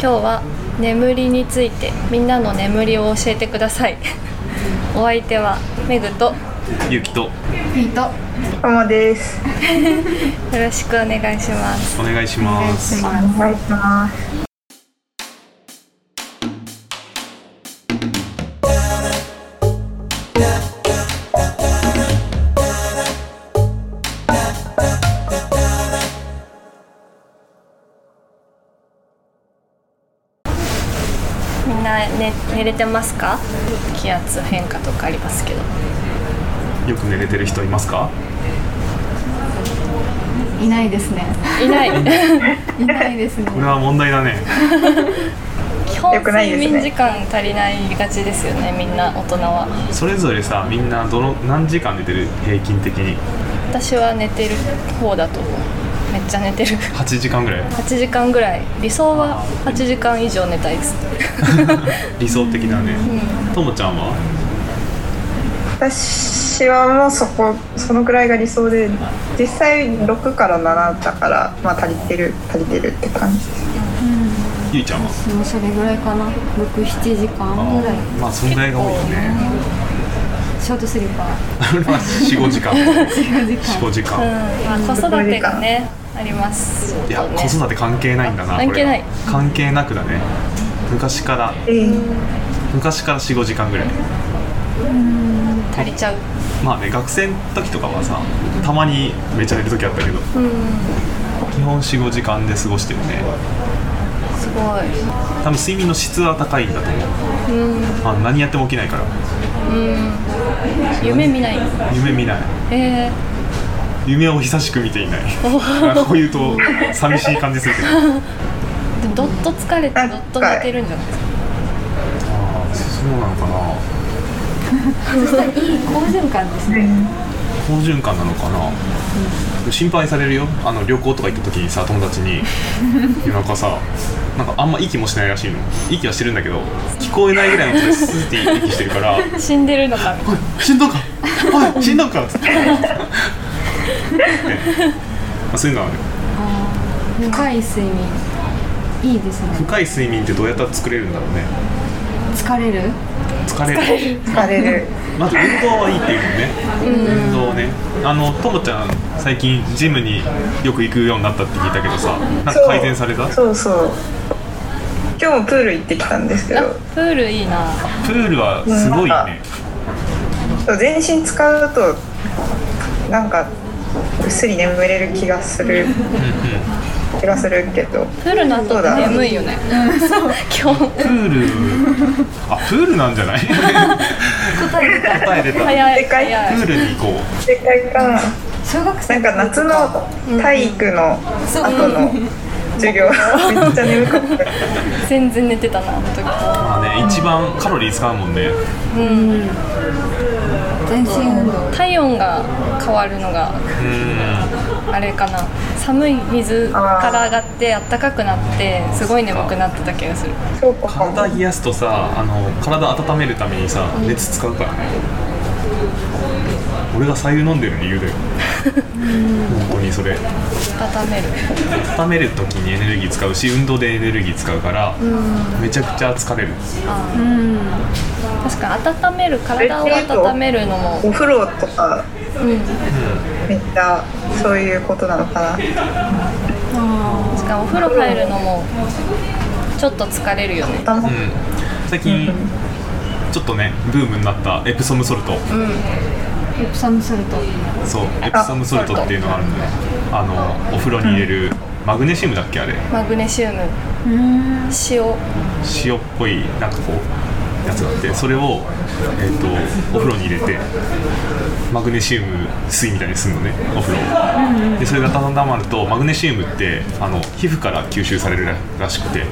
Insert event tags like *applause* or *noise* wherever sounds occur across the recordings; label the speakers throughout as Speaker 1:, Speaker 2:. Speaker 1: 今日は眠りについてみんなの眠りを教えてくださ *laughs* いお相手はメグとよ
Speaker 2: ゆきと
Speaker 3: ママです。
Speaker 1: ろしくお願いします
Speaker 2: お願いします
Speaker 3: お願いします。
Speaker 1: みんな、ね、寝れてますか気圧変化とかありますけど
Speaker 2: よく寝れてる人いますか
Speaker 4: いないですね。
Speaker 1: いない *laughs*
Speaker 4: いないですね。
Speaker 2: これは問題だね
Speaker 1: 基本
Speaker 3: よくない
Speaker 1: 睡
Speaker 3: ですね
Speaker 1: 眠時間足りないがちですよねみんな大人は
Speaker 2: それぞれさみんなどの何時間寝てる平均的に
Speaker 1: 私は寝てる方だと思うめっちゃ寝てる
Speaker 2: 8時間ぐらい
Speaker 1: 8時間ぐらい理想は8時間以上寝たいです
Speaker 2: 理想的だねともちゃんは
Speaker 3: 私はもうそこそのくらいが理想で、実際6から7だからまあ足りてる足りてるって感じです。
Speaker 2: ゆいちゃんは
Speaker 4: もうそれぐらいかな。六七時間ぐらい。
Speaker 2: まあそんぐらいが多いよね
Speaker 4: ショートスリーパー。
Speaker 2: 45時間
Speaker 4: 四時間。
Speaker 2: 45時間
Speaker 1: まあ子育てがねあります
Speaker 2: いや
Speaker 1: よね
Speaker 2: 子育て関係ないんだな
Speaker 1: 関係
Speaker 2: これは
Speaker 1: ない
Speaker 2: 関係なくだね昔から
Speaker 3: ええ
Speaker 2: 昔から45時間ぐらい
Speaker 1: 足りちゃう
Speaker 2: まあね学生の時とかはさたまにめっちゃ寝る時あったけど基本45時間で過ごしてるね
Speaker 1: すごい
Speaker 2: 多分睡眠の質は高いんだと思う、まあ、何やっても起きないから
Speaker 1: 夢見ない
Speaker 2: 夢見ない
Speaker 1: え
Speaker 2: 夢を久しく見ていないなんかこういうと寂しい感じするけど
Speaker 1: ー、でもどっと疲れてどっと寝てるんじゃない
Speaker 2: ああそうなのかな
Speaker 4: いい好循環ですね。
Speaker 2: 好循環なのかな、心配されるよあの旅行とか行った時にさ友達に夜中さなんかあんま息もしないらしいの息はしてるんだけど聞こえないぐらいの声でスーッて息してるから
Speaker 1: ですか死んでるのかみたいな
Speaker 2: しんどんか *laughs* おいしんどんかっつって、ねまあ、そういうのはある
Speaker 4: 深い睡眠。いいですね。
Speaker 2: 深い睡眠ってどうやったら作れるんだろうね
Speaker 4: 疲れる。
Speaker 2: 疲れる
Speaker 3: 疲れる。
Speaker 2: まず運動はいいっていうもんね運動ねあのともちゃん最近ジムによく行くようになったって聞いたけどさなんか
Speaker 3: そう
Speaker 2: 改善されたプ
Speaker 3: そうそう。今日もプール行ってきたんですけ
Speaker 1: あ
Speaker 3: ど、
Speaker 1: プールいいな
Speaker 2: ールはすごいね
Speaker 3: そう全身使うとなんかぐっすり眠れる気がする気がするけど、
Speaker 1: プールの後
Speaker 3: そうだ
Speaker 1: 眠いよね *laughs* 今日
Speaker 2: プールあプールなんじゃない答え出た
Speaker 1: 早い
Speaker 3: でかい
Speaker 1: 早
Speaker 2: プ
Speaker 1: い
Speaker 2: ールに行こ
Speaker 3: 正解かな。
Speaker 4: 小学
Speaker 3: な
Speaker 4: 生
Speaker 3: んか夏の体育の後の授業、めっちゃ眠かった。
Speaker 1: 全然寝てたなあの時
Speaker 2: うまあね一番カロリー使うもんね
Speaker 4: 全身運動。
Speaker 1: 体温が変わるのが
Speaker 2: うん
Speaker 1: あれかな寒い水から上がって暖かくなってすごい眠くなってた気がする
Speaker 3: そうかも。
Speaker 2: 体冷やすとさあの体温めるためにさ熱使うからね俺が白湯飲んでる理由だよ本当にそれ
Speaker 1: 温める
Speaker 2: 温める時にエネルギー使うし運動でエネルギー使うからめちゃくちゃ疲れる
Speaker 1: 確かに温める体を温めるのも
Speaker 3: お風呂とか、めっちゃそういうことなのかな。
Speaker 1: 確かにお風呂入るのもちょっと疲れるよね
Speaker 3: 頭
Speaker 2: 最近ちょっとねブームになったエプソムソルト
Speaker 4: エプソムソルト。
Speaker 2: そうエプソムソルトっていうのがあるんだよあのお風呂に入れるマグネシウムだっけあれ
Speaker 1: マグネシウム
Speaker 4: うん。
Speaker 1: 塩
Speaker 2: 塩っぽいなんかこうやつがあってそれを、えー、とお風呂に入れてマグネシウム水みたいにするのねお風呂をでそれが温まるとマグネシウムってあの皮膚から吸収されるらしくて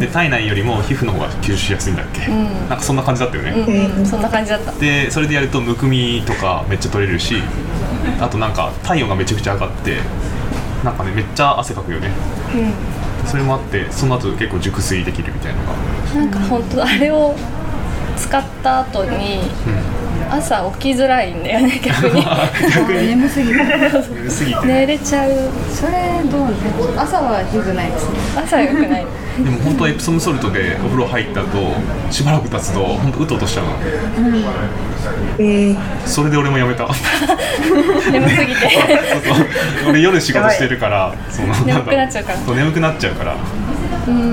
Speaker 2: で体内よりも皮膚の方が吸収しやすいんだっけ、なんかそんな感じだったよね、
Speaker 1: うん、うん、そんな感じだった
Speaker 2: でそれでやるとむくみとかめっちゃ取れるしあとなんか体温がめちゃくちゃ上がってなんかねめっちゃ汗かくよね、それもあってその後結構熟睡できるみたいなのが
Speaker 1: なんか本当あれを使った後に、朝起きづらいんだよ *laughs* ね逆に
Speaker 2: 逆に
Speaker 4: 眠すぎる
Speaker 2: 眠すぎて、
Speaker 1: 寝れちゃう
Speaker 4: それどうね朝は良くないですね
Speaker 1: 朝良く *laughs* ない
Speaker 2: でも本当エプソムソルトでお風呂入った後しばらく経つと本当うとうとしちゃうの
Speaker 3: えー、
Speaker 2: それで俺もやめた *laughs* そう
Speaker 1: 眠す *laughs* ぎて
Speaker 2: そう俺夜仕事してるからその
Speaker 1: 眠くなっ
Speaker 2: んだろう
Speaker 1: ちゃうから
Speaker 2: そう眠くなっちゃうから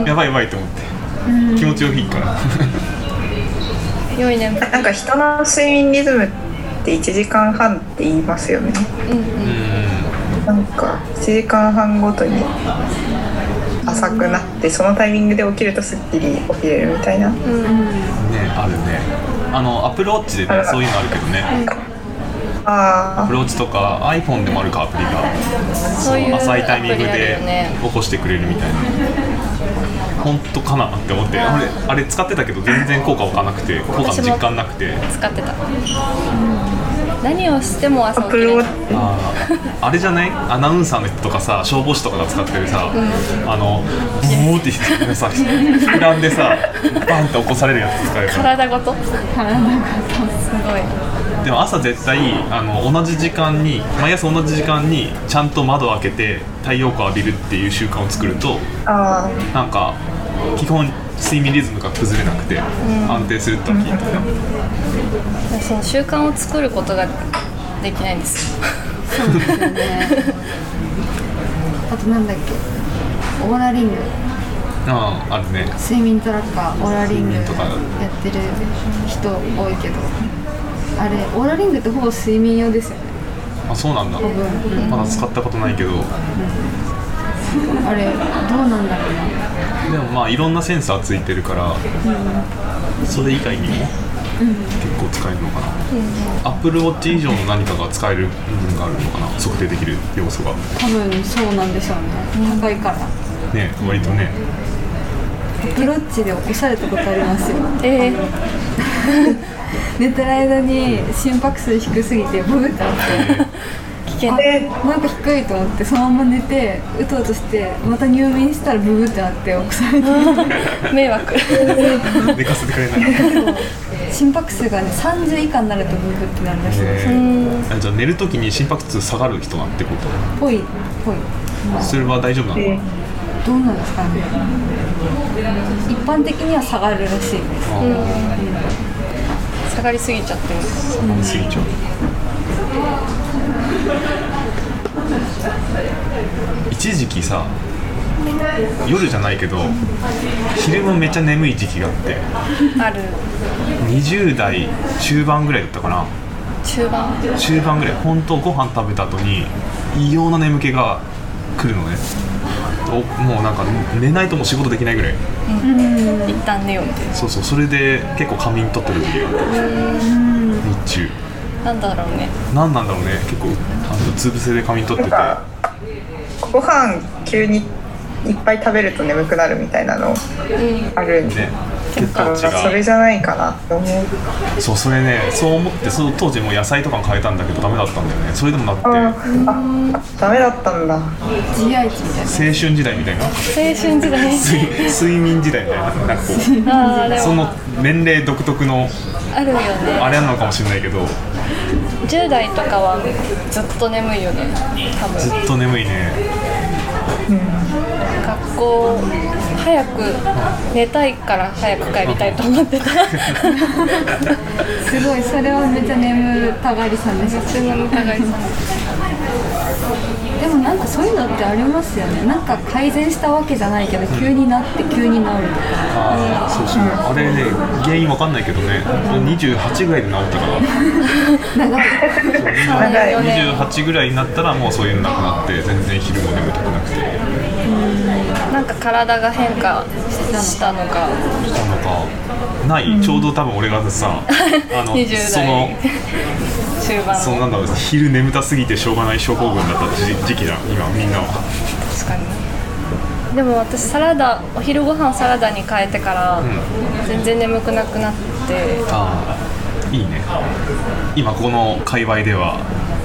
Speaker 2: やばいやばいと思って気持ちよいいから *laughs*
Speaker 1: 良い眠
Speaker 3: なんか人の睡眠リズムって1時間半って言いますよね。なんか1時間半ごとに浅くなってそのタイミングで起きるとすっきり起きれるみたいな。
Speaker 2: ねあるねあのアップルウォッチでねそういうのあるけどねアッ
Speaker 3: あ
Speaker 2: プルウォッチとか iPhone でもあるかアプリが
Speaker 1: そういう
Speaker 2: 浅いタ
Speaker 1: ア
Speaker 2: イ
Speaker 1: プ
Speaker 2: ミング
Speaker 1: リある
Speaker 2: で
Speaker 1: よね
Speaker 2: 起こしてくれるみたいな本当かなって思ってあれあれ使ってたけど全然効果わかなくて効果の実感なくて
Speaker 1: 使ってた何をしても朝
Speaker 3: あ、
Speaker 1: 起き
Speaker 3: アプ
Speaker 1: れ
Speaker 3: ロ
Speaker 1: ない
Speaker 2: あーあれじゃないアナウンサーの人とかさ消防士とかが使ってるさ、あのブーって言ってさ膨らんでさバンって起こされるやつ使える
Speaker 1: 体ごとすごい
Speaker 2: でも朝絶対あの同じ時間に毎朝同じ時間にちゃんと窓を開けて太陽光を浴びるっていう習慣を作ると
Speaker 3: あー
Speaker 2: なんか基本睡眠リズムが崩れなくて、安定するとは聞いてた、
Speaker 1: その習慣を作ることができないんですよ
Speaker 4: あとなんだっけオーラリング
Speaker 2: あああるね
Speaker 4: 睡眠トラッカーオーラリングや
Speaker 2: 睡眠とか
Speaker 4: ってる人多いけどあれオーラリングってほぼ睡眠用ですよね
Speaker 2: あそうなんだまだ使ったことないけど
Speaker 4: あれどうなんだろうな
Speaker 2: でもまあいろんなセンサーついてるから、それ以外にも結構使えるのかな、アップルウォッチ以上の何かが使える部分があるのかな測定できる要素が
Speaker 4: 多分そうなんでしょうね高いから
Speaker 2: ね割とね
Speaker 4: ブロッチで起こされたことありますよ
Speaker 1: ええ
Speaker 4: 寝てる間に心拍数低すぎてブブってなって
Speaker 1: 危険
Speaker 3: で
Speaker 4: なんか低いと思ってそのまま寝てうとうとしてまた入眠したらブブってなって起こされて
Speaker 1: 迷 *laughs* 惑
Speaker 2: 寝かせてくれない、
Speaker 4: 心拍数がね30以下になるとブブってなるらしいです
Speaker 2: あじゃあ寝るときに心拍数下がる人なんてこと
Speaker 4: ぽいぽい
Speaker 2: それは大丈夫なのか
Speaker 3: え
Speaker 2: な
Speaker 3: ー
Speaker 4: どうなんですかね一般的には下がるらしいです
Speaker 2: あー
Speaker 1: 下がりすぎちゃってる
Speaker 2: 下がりすぎちゃう一時期さ夜じゃないけど昼間めっちゃ眠い時期があって
Speaker 1: ある
Speaker 2: 20代中盤ぐらいだったかな
Speaker 1: 中盤
Speaker 2: 中盤ぐらい本当ご飯食べた後に異様な眠気が来るのねおもうなんか寝ないともう仕事できないぐらい
Speaker 1: 一旦寝ようみたい
Speaker 2: そうそうそれで結構仮眠取ってる時があって日中
Speaker 1: ななんだろうね
Speaker 2: 何なんだろうね結構あのうつ伏せで仮眠取ってて
Speaker 3: なんかご飯急にいっぱい食べると眠くなるみたいなのあるんで、
Speaker 2: ね血糖値
Speaker 3: それ
Speaker 2: が
Speaker 3: じゃないかなって思う。
Speaker 2: そうそれねそう思ってその当時もう野菜とかも変えたんだけどダメだったんだよねそれでもなって
Speaker 3: あ
Speaker 2: 青
Speaker 3: ーあ、ダメだったんだ。
Speaker 4: GI 値みたい
Speaker 2: 春
Speaker 4: な
Speaker 2: 時代みたいな *laughs*
Speaker 1: 青春時代
Speaker 2: 睡睡眠時代みたいななんかこう
Speaker 1: ああで
Speaker 2: そ
Speaker 1: も
Speaker 2: の年齢独特の
Speaker 1: あるよね
Speaker 2: あれなのかもしれないけど
Speaker 1: 10代とかはずっと眠いよね多
Speaker 2: ず
Speaker 1: 分
Speaker 2: っと眠いね
Speaker 1: 学校早く寝たいから早く帰りたいと思ってた
Speaker 4: すごいそれはめっちゃ眠たがりさんですよ
Speaker 1: お互い様
Speaker 4: でもなんかそういうのってありますよねなんか改善したわけじゃないけど急になって急に治るとか
Speaker 2: あーそうそうあれね原因わかんないけどね28ぐらいで治ったか
Speaker 3: 長い。
Speaker 2: な28ぐらいになったらもうそういうのなくなって全然昼も眠たくなくて
Speaker 1: なんか体が変化したのか
Speaker 2: したのかない、ちょうど多分俺がさあの
Speaker 1: 20代
Speaker 2: その
Speaker 1: 中盤
Speaker 2: そのなんだろう昼眠たすぎてしょうがない症候群だった時時期だ今みんなは
Speaker 1: 確かにでも私サラダお昼ご飯サラダに変えてから、全然眠くなくなって
Speaker 2: ああいいね今この界隈では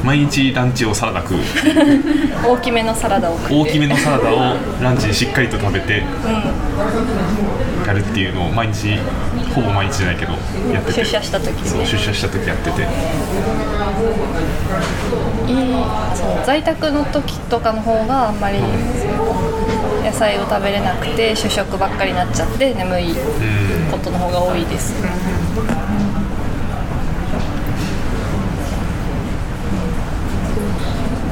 Speaker 2: 毎日ランチをサラダ食う
Speaker 1: 大きめのサラダを食って
Speaker 2: 大きめのサラダをランチにしっかりと食べて
Speaker 1: うん
Speaker 2: やるっていうのを毎日ほぼ毎日じゃないけどやってて
Speaker 1: 出社した時
Speaker 2: そう
Speaker 1: に
Speaker 2: 出社した時やってて
Speaker 1: そう在宅の時とかの方があんまり野菜を食べれなくて主食ばっかりになっちゃって眠い
Speaker 2: うん
Speaker 1: ことの方が多いです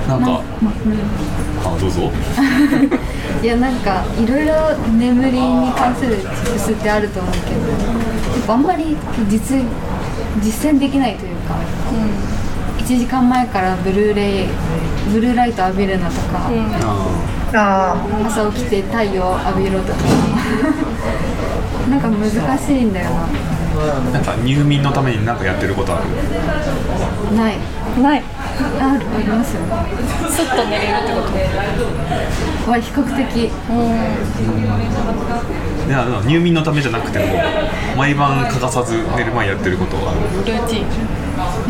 Speaker 2: なんかあどうぞ
Speaker 4: いやなんかいろいろ眠りに関するチップスってあると思うけどやっぱあんまり実実践できないというか、1時間前からブルーレイブルーライト浴びるなとか、
Speaker 2: あ
Speaker 3: あ
Speaker 4: 朝起きて太陽浴びろとか *laughs* なんか難しいんだよ
Speaker 2: ーなんか入眠のために何かやってることある
Speaker 4: なない
Speaker 1: ない
Speaker 4: あありますよね
Speaker 1: スッと寝れるってこと
Speaker 4: は比較的
Speaker 2: いやでも入眠のためじゃなくても毎晩欠かさず寝る前やってることはある
Speaker 1: ルーティン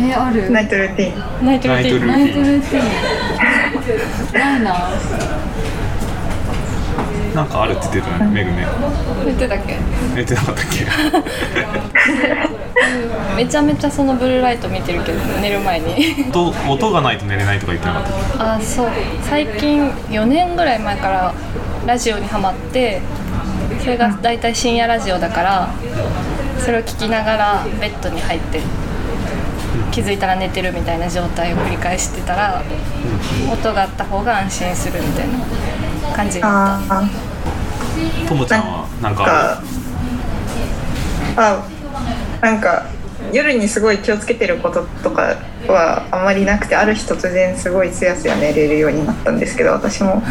Speaker 4: えある
Speaker 3: あナイトルーティン
Speaker 1: ナイトルーティン
Speaker 4: ナイトルーティンないな
Speaker 2: なんかあるって言ってたねめぐね
Speaker 1: 言ってたっけ
Speaker 2: 寝てなかったっ
Speaker 1: *laughs*
Speaker 2: け
Speaker 1: めちゃめちゃそのブルーライト見てるけど寝る前に
Speaker 2: 音音がないと寝れないとか言ってなかったっ
Speaker 1: あそう最近4年ぐらい前からラジオにハマってそれが大体深夜ラジオだからそれを聞きながらベッドに入って気づいたら寝てるみたいな状態を繰り返してたら音があった方が安心するみたいな感じになっ
Speaker 3: ああ
Speaker 2: けともちゃんはなんかあ
Speaker 3: かあなんか夜にすごい気をつけてることとかはあんまりなくてある日突然すごいつやつや寝れるようになったんですけど私も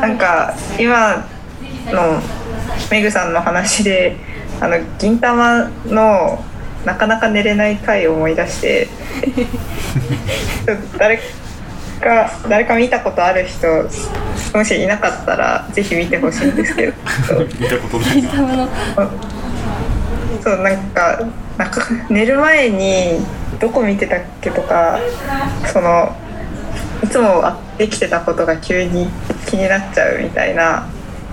Speaker 3: なんか今のメグさんの話であの銀玉のなかなか寝れない回を思い出してちょっと誰か誰か見たことある人もしいなかったらぜひ見てほしいんですけど。
Speaker 2: る *laughs* 見たことないな
Speaker 1: た多分の
Speaker 3: そうなんかなんか寝る前にどこ見てたっけとかそのいつもあできてたことが急に気になっちゃうみたいな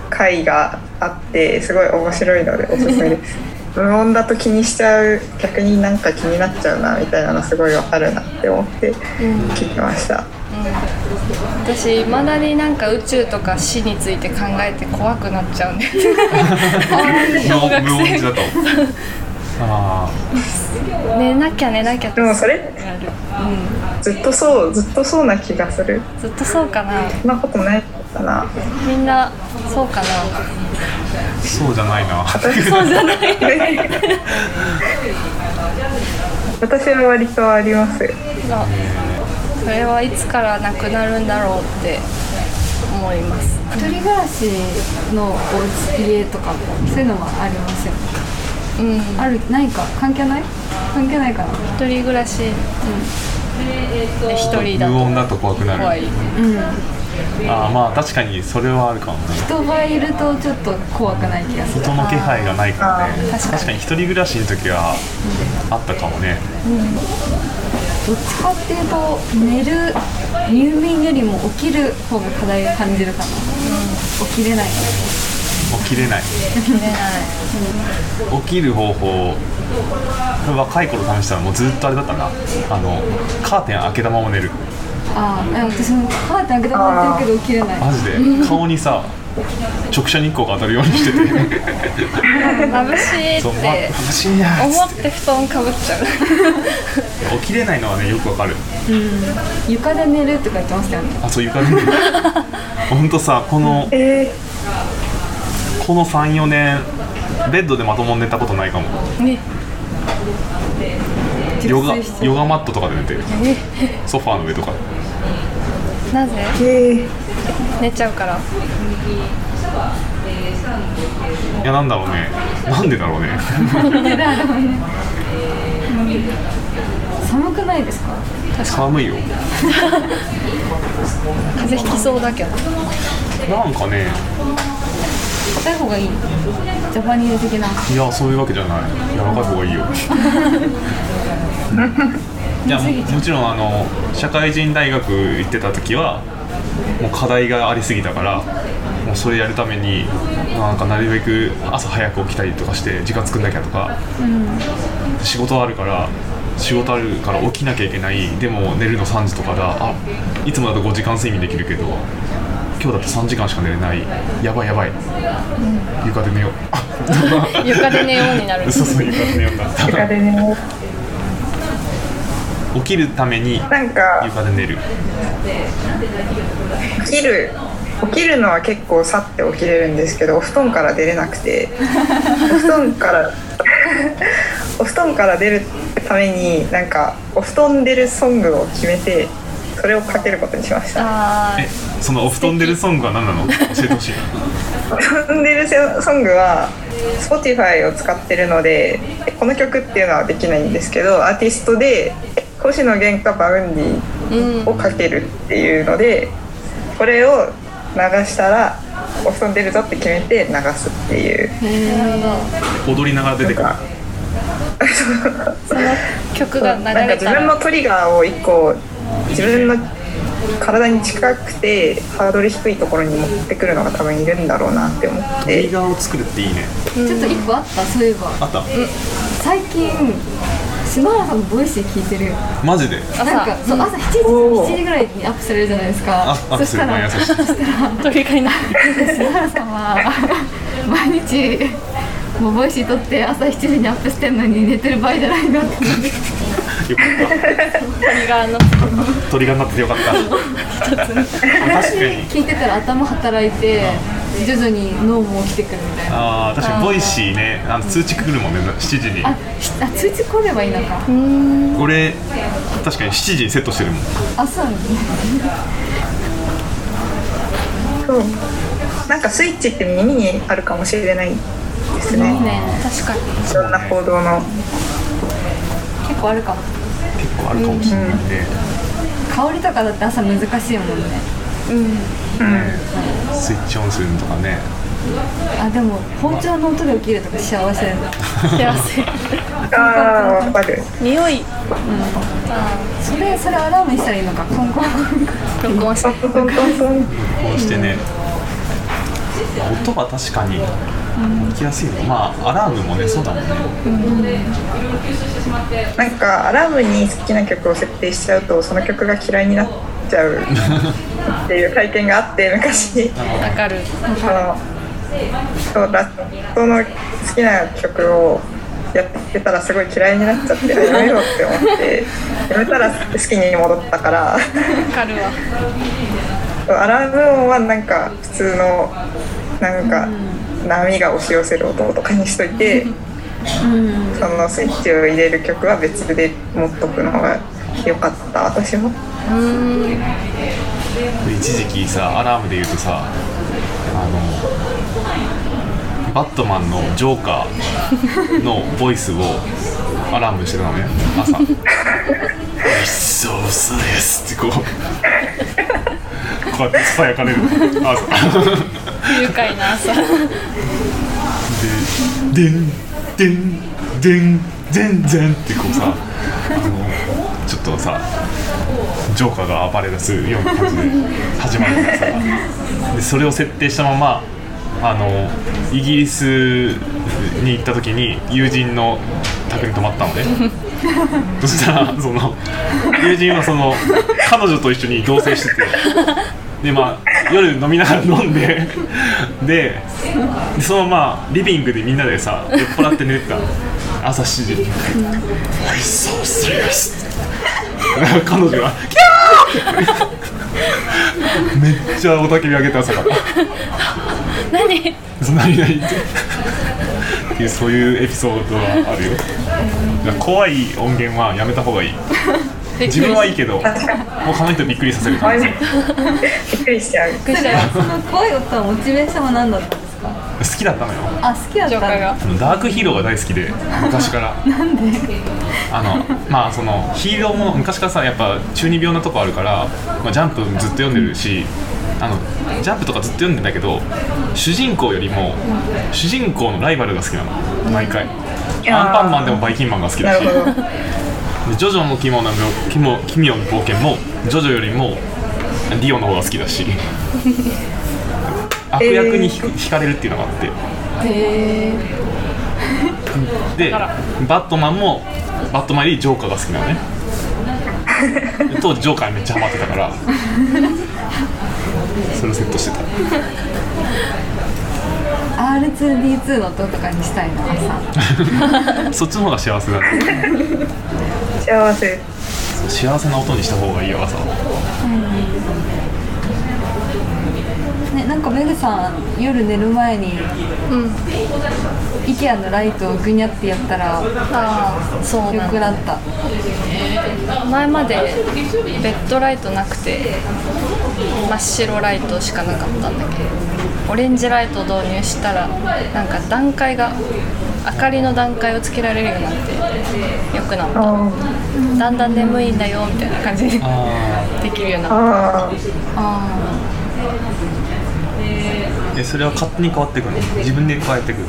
Speaker 3: 回があってすごい面白いのでおすすめです無音だと気にしちゃう逆になんか気になっちゃうなみたいなのすごいわかるなって思って聞きました、
Speaker 1: 私いまだになんか宇宙とか死について考えて怖くなっちゃうんで *laughs*
Speaker 2: *laughs*
Speaker 1: 小学
Speaker 2: 無音
Speaker 1: 生
Speaker 2: だとあ
Speaker 1: 寝なきゃ寝なきゃって
Speaker 3: でもそれ
Speaker 1: やる
Speaker 3: ずっとそうずっとそうな気がする
Speaker 1: ずっとそうかな
Speaker 3: そんなことないかな
Speaker 1: みんなそうかな
Speaker 2: あそうじゃないな
Speaker 1: そうじゃない
Speaker 3: 私は割とあります
Speaker 1: なそれはいつからなくなるんだろうって思います
Speaker 4: 一人暮らしのお家家とかもそういうのもありますよね
Speaker 1: うん
Speaker 4: あるないか関係ない関係ないかな
Speaker 1: 一人暮らしうんで一人だ
Speaker 2: 無音
Speaker 1: と
Speaker 2: だと怖くなる
Speaker 1: 怖い
Speaker 4: うん
Speaker 2: ああまあ確かにそれはあるかもね
Speaker 4: 人がいるとちょっと怖くない気がする
Speaker 2: 人の気配がないからね
Speaker 1: あー確かに
Speaker 2: 確かに一人暮らしの時はあったかもね
Speaker 4: どっちかっていうと寝る入眠よりも起きる方が課題を感じるかな、起きれない
Speaker 2: 起きれない
Speaker 1: 起きれない
Speaker 2: 起きる方法若い頃試したらもうずっとあれだったなあのカーテン開けたまま寝る
Speaker 4: ああ私もカーテン開けたままやってるけど起きれない
Speaker 2: マジで顔にさ直射日光が当たるようにし
Speaker 1: *laughs*
Speaker 2: てて
Speaker 1: 眩しいっ
Speaker 2: そう、ま、
Speaker 1: て
Speaker 2: 眩しいな
Speaker 1: 思って布団かぶっちゃう
Speaker 2: 起きれないのはねよくわかる
Speaker 4: 床で寝るとか言ってましたよね
Speaker 2: あそう床で寝るほんとさこの
Speaker 3: え
Speaker 2: この34年ベッドでまともに寝たことないかも
Speaker 1: ね
Speaker 2: ヨガ
Speaker 4: 熟睡して
Speaker 2: ヨガマットとかで寝てるソファーの上とか
Speaker 1: なぜ
Speaker 3: ー、えー、
Speaker 1: 寝ちゃうから
Speaker 2: いやなんだろうねなんでだろうね
Speaker 4: 寒くないですか
Speaker 2: 寒いよ
Speaker 1: 風邪ひきそうだけど
Speaker 2: なんかね
Speaker 4: 硬い方がいいジャパニーズ的ない
Speaker 2: やそういうわけじゃない柔らかい方がいいよいやももちろんあの社会人大学行ってた時はもう課題がありすぎたからもうそれやるためになんかなるべく朝早く起きたりとかして時間作んなきゃとか、仕事あるから仕事あるから起きなきゃいけないでも寝るの3時とかだあいつもだと5時間睡眠できるけど今日だと3時間しか寝れないやばいやばい、床で寝よう
Speaker 1: 床で寝ようになる
Speaker 2: そうそう床で寝よう
Speaker 3: てか
Speaker 2: だ
Speaker 3: でね
Speaker 2: 起きるために
Speaker 3: なんか
Speaker 2: 床で寝る
Speaker 3: 起きる起きるのは結構さって起きれるんですけどお布団から出れなくてお布団からお布団から出るためになんかお布団出るソングを決めてそれをかけることにしました
Speaker 1: あ
Speaker 2: えそのお布団出るソングは何なの教えてほしい
Speaker 3: お布団出るソングは Spotify を使ってるのでこの曲っていうのはできないんですけどアーティストで星野源かバウンディ
Speaker 1: ーうん
Speaker 3: をかけるっていうのでこれを流したらお布団出るぞって決めて流すっていう
Speaker 2: 踊りながら出てくる
Speaker 3: なんか
Speaker 1: 曲が
Speaker 3: なんか
Speaker 1: 流れ
Speaker 3: 自
Speaker 1: た
Speaker 3: 分
Speaker 1: ら
Speaker 3: のトリガーを一個自分の体に近くてハードル低いところに持ってくるのが多分いるんだろうなって思っ
Speaker 2: トリ
Speaker 3: て
Speaker 2: ガーを作るっていいね
Speaker 4: ちょっと一個あったそういえば
Speaker 2: あった
Speaker 4: 最近篠原さんのボイシー聞いてるよ
Speaker 2: マジで
Speaker 4: なんかそう朝7時
Speaker 3: おー
Speaker 4: 7時ぐらいにアップされるじゃないです
Speaker 2: あ
Speaker 4: か
Speaker 2: あ
Speaker 4: そし
Speaker 2: すご
Speaker 4: た
Speaker 2: い毎
Speaker 4: ら
Speaker 2: 朝してる
Speaker 1: 鳥がいない
Speaker 4: 篠原さんは *laughs* 毎日もうボイシー撮って朝7時にアップしてんのに寝てる場合じゃないなって
Speaker 2: よかっ
Speaker 1: 鳥があの
Speaker 2: たトリガーになっててよかった確かに
Speaker 4: 聞いてたら頭働いて徐々に脳も起きてくるみたいな
Speaker 2: あー確かにボイシーねあの通知来るもんね7時に
Speaker 4: あしあ通知来ればいいのか
Speaker 2: 俺確かに7時にセットしてるもん
Speaker 4: あそうなんだね
Speaker 3: そうなんかスイッチって耳にあるかもしれないですね
Speaker 4: ね
Speaker 1: 確かに
Speaker 3: いろんな行動の
Speaker 4: 結構あるかも
Speaker 2: 結構あるかもしれないんで、
Speaker 4: 香りとかだって朝難しいもんね
Speaker 2: スイッチオンするのとかね
Speaker 4: あでも包丁の音で起きるとか幸せ
Speaker 1: 幸せ
Speaker 3: あーわかる
Speaker 1: 匂い
Speaker 4: それそれアラームにしたらいいのかコンコンコン
Speaker 1: 録音し
Speaker 3: ト
Speaker 1: て
Speaker 3: ントントントン
Speaker 2: こうしてね、まあ音は確かに起きやすいのまあアラームもねそうだもんね
Speaker 3: なんかアラームに好きな曲を設定しちゃうとその曲が嫌いになっちゃうっていう体験があって昔
Speaker 1: わかる
Speaker 3: そのそうラットの好きな曲をやってたらすごい嫌いになっちゃってあやめようって思って *laughs* やめたら好きに戻ったから
Speaker 1: わかるわ
Speaker 3: そうアラーム音はなんか普通のなんか波が押し寄せる音とかにしといて、そのスイッチを入れる曲は別で持っとくのが良かった私も。
Speaker 2: 一時期さアラームで言うとさあのバットマンのジョーカーのボイスをアラームしてたのね朝「そうそうです」ってこうこうやってさやかれる朝
Speaker 1: 不愉快な朝
Speaker 2: で、でん、でん、でん、でん、でんってこうさ、あのちょっとさ、ジョーカーが暴れ出すような感じで始まるからさ、でそれを設定したまま、あのイギリスに行った時に友人の宅に泊まったのね。そしたらその友人はその彼女と一緒に同棲してて。でまあ夜飲みながら飲んでででそのままリビングでみんなでさ酔っ払って寝てたの朝7時に「はいそうするよし」彼女が「キャー!」めっちゃ雄たけび上げて朝から
Speaker 1: 何
Speaker 2: 「そんなにない」ってっていうそういうエピソードはあるよだから怖い音源はやめた方がいい自分はいいけどもう他の人びっくりさせる
Speaker 3: あ
Speaker 2: 感じ
Speaker 3: びっくり
Speaker 1: *laughs*
Speaker 3: しちゃう。
Speaker 1: びっくりした
Speaker 4: その怖い音はモチベーションは何だったんですか
Speaker 2: 好きだったのよ
Speaker 4: あ好きだっ
Speaker 1: ジョ
Speaker 4: た
Speaker 1: ーカーが
Speaker 2: あのダークヒーローが大好き
Speaker 3: *laughs*
Speaker 2: で昔からなんであのまあそのヒーローも昔からさやっぱ中二病なとこあるから、まあ、ジャンプずっと読んでるしあのジャンプとかずっと読んでんだけど主人公よりも主人公のライバルが好きなの毎回アン
Speaker 3: やー
Speaker 2: パンマンでもバイキンマンが好きだ
Speaker 3: な
Speaker 2: し
Speaker 3: るほど。
Speaker 2: でジョジョの奇妙な冒険も奇妙な冒険もジョジョよりもリオの方が好きだ
Speaker 3: *laughs*
Speaker 2: し悪役にひく惹かれるっていうのがあって
Speaker 4: へえ
Speaker 2: でバットマンもバットマンよりジョーカーが好きなのね当時ジョーカーにめっちゃハマってた
Speaker 4: *laughs*
Speaker 2: からそれをセットしてた
Speaker 4: R2D2 の音とかにしたいな朝
Speaker 2: そっちの方が幸せだね
Speaker 3: 幸せ
Speaker 2: そう幸せな音にした方がいいよ朝は
Speaker 4: ねなんかメグさん夜寝る前に
Speaker 1: うん
Speaker 4: IKEA のライトをぐにゃってやったらよ
Speaker 1: ああそうなん
Speaker 4: く
Speaker 1: だ
Speaker 4: なった
Speaker 1: 前までベッドライトなくて真っ白ライトしかなかったんだけどオレンジライトを導入したらなんか段階が明かりの段階をつけられるようになってよくなった
Speaker 3: あ
Speaker 1: だんだん眠いんだよみたいな感じで
Speaker 2: あ
Speaker 1: できるようになっ
Speaker 3: あ
Speaker 4: あ
Speaker 2: えそれは勝手に変わっていくの自分で変わっていく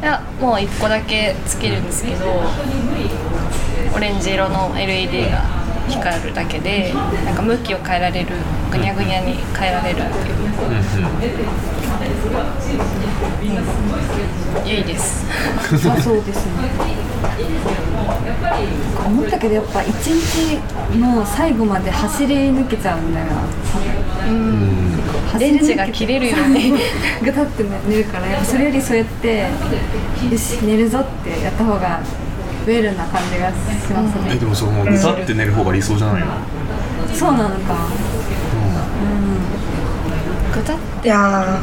Speaker 1: たいやもう1個だけつけるんですけどオレンジ色の LED が光るだけでなんか向きを変えられるぐにゃぐにゃに変えられるっていう
Speaker 2: うんうん
Speaker 1: いいです
Speaker 4: あまあそうですねなんか思ったけどやっぱ一日の最後まで走り抜けちゃうんだよな走り
Speaker 1: 電
Speaker 4: 抜け
Speaker 1: 池が切れるように
Speaker 4: ぐたって寝るからやっぱそれよりそうやってよし寝るぞってやった方がウェルな感じがしますね、
Speaker 2: えでもそうもう歌って寝る方が理想じゃないの
Speaker 4: そうなのか
Speaker 1: ぐたっ
Speaker 3: いや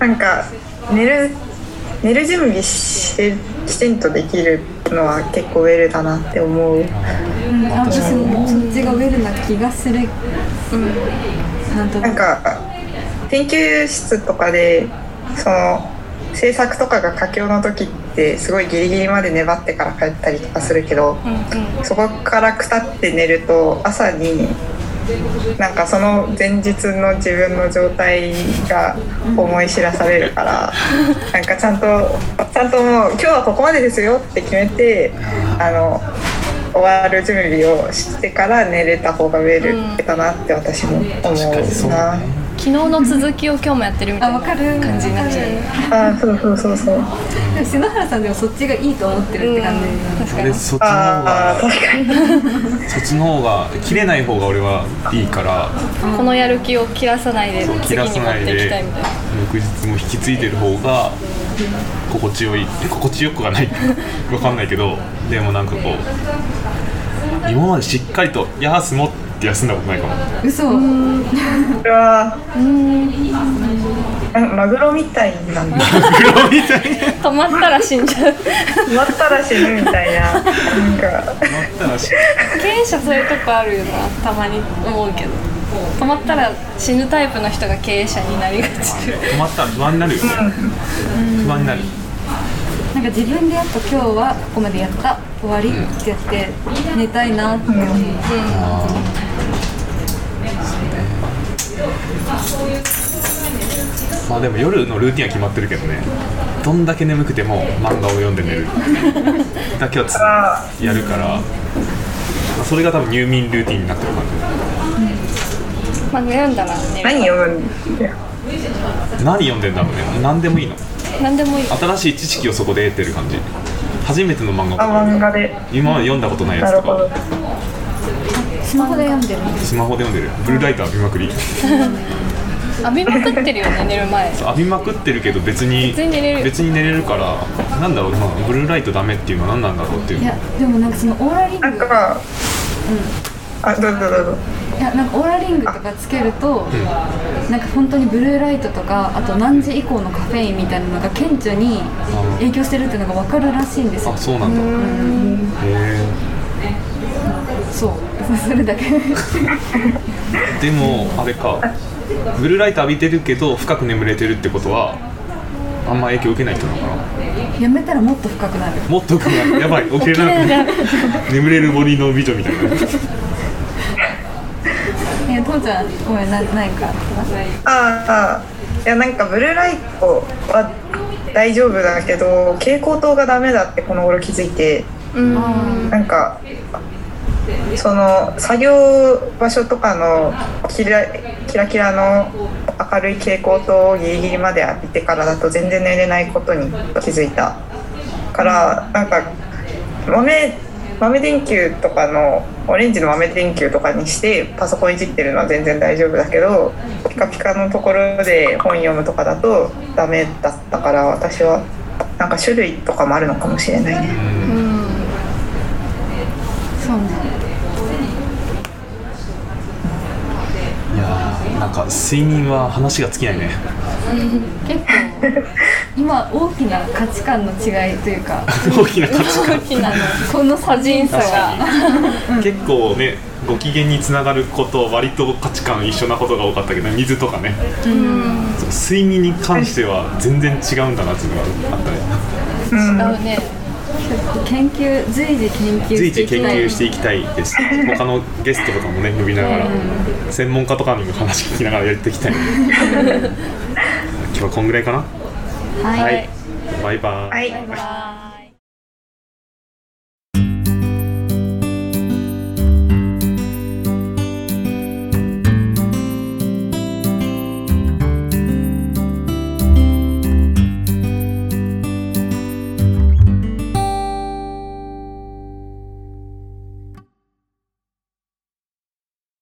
Speaker 3: ーなんか寝る寝る準備してきちんとできるのは結構ウェルだなって思う
Speaker 4: うんあ私もそっちがウェルな気がするうんなんと
Speaker 3: な
Speaker 4: なんく
Speaker 3: か研究室とかでその制作とかが佳境の時ってすごいギリギリまで粘ってから帰ったりとかするけど、そこからくたって寝ると朝になんかその前日の自分の状態が思い知らされるから、なんかちゃんとちゃんともう今日はここまでですよって決めてあの終わる準備をしてから寝れた方がウェルだなって私も思うな。
Speaker 1: 昨日の続きを今日もやってるみたい
Speaker 4: あ
Speaker 1: な
Speaker 4: わかる
Speaker 1: 感じになっちゃう
Speaker 4: わか
Speaker 3: あそうそうそうそう
Speaker 4: るでも篠原さんでもそっちがいいと思ってるって感じ、
Speaker 1: 確か
Speaker 2: で
Speaker 1: に
Speaker 2: そっちの方
Speaker 3: ああ
Speaker 2: が
Speaker 3: 確かに
Speaker 2: そっちの方が切れない方が俺はいいから
Speaker 1: このやる気を切らさないで
Speaker 2: そう切
Speaker 1: 次
Speaker 2: ら
Speaker 1: に
Speaker 2: さ
Speaker 1: 持っ
Speaker 2: ない
Speaker 1: ていき
Speaker 2: で
Speaker 1: たいみたいな
Speaker 2: 翌日も引き継いでる方が心地よいえ心地よくはない *laughs* わかんないけどでもなんかこう今までしっかりと「休もう」って休んだことないかも
Speaker 4: 嘘
Speaker 3: これはうんマグロみたいなんだ
Speaker 1: 止まったら死んじゃう
Speaker 3: 止まったら死ぬみたいななんか
Speaker 1: 経営者そういうとこあるよなたまに思うけど止まったら死ぬタイプの人が経営者になりがち
Speaker 2: 止まったら不安になるよね不安になる
Speaker 4: なんか自分でやっぱ今日はここまでやった終わりってやって寝たいなって思う、
Speaker 2: まあでも夜のルーティンは決まってるけどねどんだけ眠くても漫画を読んで寝るだけはつやるから、まあそれが多分入眠ルーティンになってる感じ
Speaker 1: *laughs* まあ悩んだらね
Speaker 3: 何読むんだよ
Speaker 2: 何読んでんだろうね何でもいいの
Speaker 1: 何でもいい
Speaker 2: 新しい知識をそこで得てる感じ初めての漫画と
Speaker 3: あ漫
Speaker 2: か
Speaker 3: 画で
Speaker 2: 今まで読んだことないや
Speaker 3: な
Speaker 2: つ
Speaker 3: る
Speaker 2: と
Speaker 3: ほど
Speaker 2: か
Speaker 4: スマホで読んでる
Speaker 2: スマホで読んでるブルーライト浴びまくり
Speaker 1: 浴びまくってるよね寝る前
Speaker 2: 浴びまくってるけど別に
Speaker 1: 別に寝れる
Speaker 2: 別に寝れるからなんだろう、まあ、ブルーライトダメっていうのは何なんだろうっていう
Speaker 4: いやでもなんかそのオーラリング
Speaker 3: なんか、あどうぞどうぞ
Speaker 4: いやなんかオーラリングとかつけると、なんか本当にブルーライトとかあと何時以降のカフェインみたいなのが顕著に影響してるっていうのが分かるらしいんですよ
Speaker 2: あそうなんだへ
Speaker 4: そうそれだ *laughs* け
Speaker 2: えでもあれかブルーライト浴びてるけど深く眠れてるってことはあんま影響受けない人なのかな
Speaker 4: やめたらもっと深くなる
Speaker 2: もっと深くなるや *laughs* ばい起きれ
Speaker 1: 綺麗
Speaker 2: な
Speaker 1: だ
Speaker 2: くなる眠れる森の美女みたいな
Speaker 4: え父ちゃんごめんなないか
Speaker 3: ああいやなんかブルーライトは大丈夫だけど蛍光灯がダメだってこの頃気づいて
Speaker 1: うん
Speaker 3: なんかその作業場所とかのキラキラキラの明るい蛍光灯をギリギリまで浴びてからだと全然寝れないことに気づいたからなんか豆豆電球とかのオレンジの豆電球とかにしてパソコンいじってるのは全然大丈夫だけどピカピカのところで本読むとかだとダメだったから私はなんか種類とかもあるのかもしれないね。
Speaker 4: そうね
Speaker 2: いやーなんか睡眠は話が尽きない *laughs* ね
Speaker 4: 結構今大きな価値観の違いというか
Speaker 2: 大きな価値観
Speaker 1: 大きなの
Speaker 4: この差人差が
Speaker 2: 結構ねご機嫌につながること割と価値観一緒なことが多かったけど水とかねそう睡眠に関しては全然違うんだなっていうのがあったね
Speaker 1: 合うね
Speaker 4: 研究随時研究
Speaker 2: 随
Speaker 4: し
Speaker 2: 時
Speaker 4: ていき
Speaker 2: 研
Speaker 4: たい
Speaker 2: 究していきたいです他のゲストとかもね呼びながら専門家とかにも話聞きながらやっていきた *laughs* い今日はこんぐらいかな
Speaker 4: はい
Speaker 2: バイバイ
Speaker 3: はい
Speaker 4: バイバイ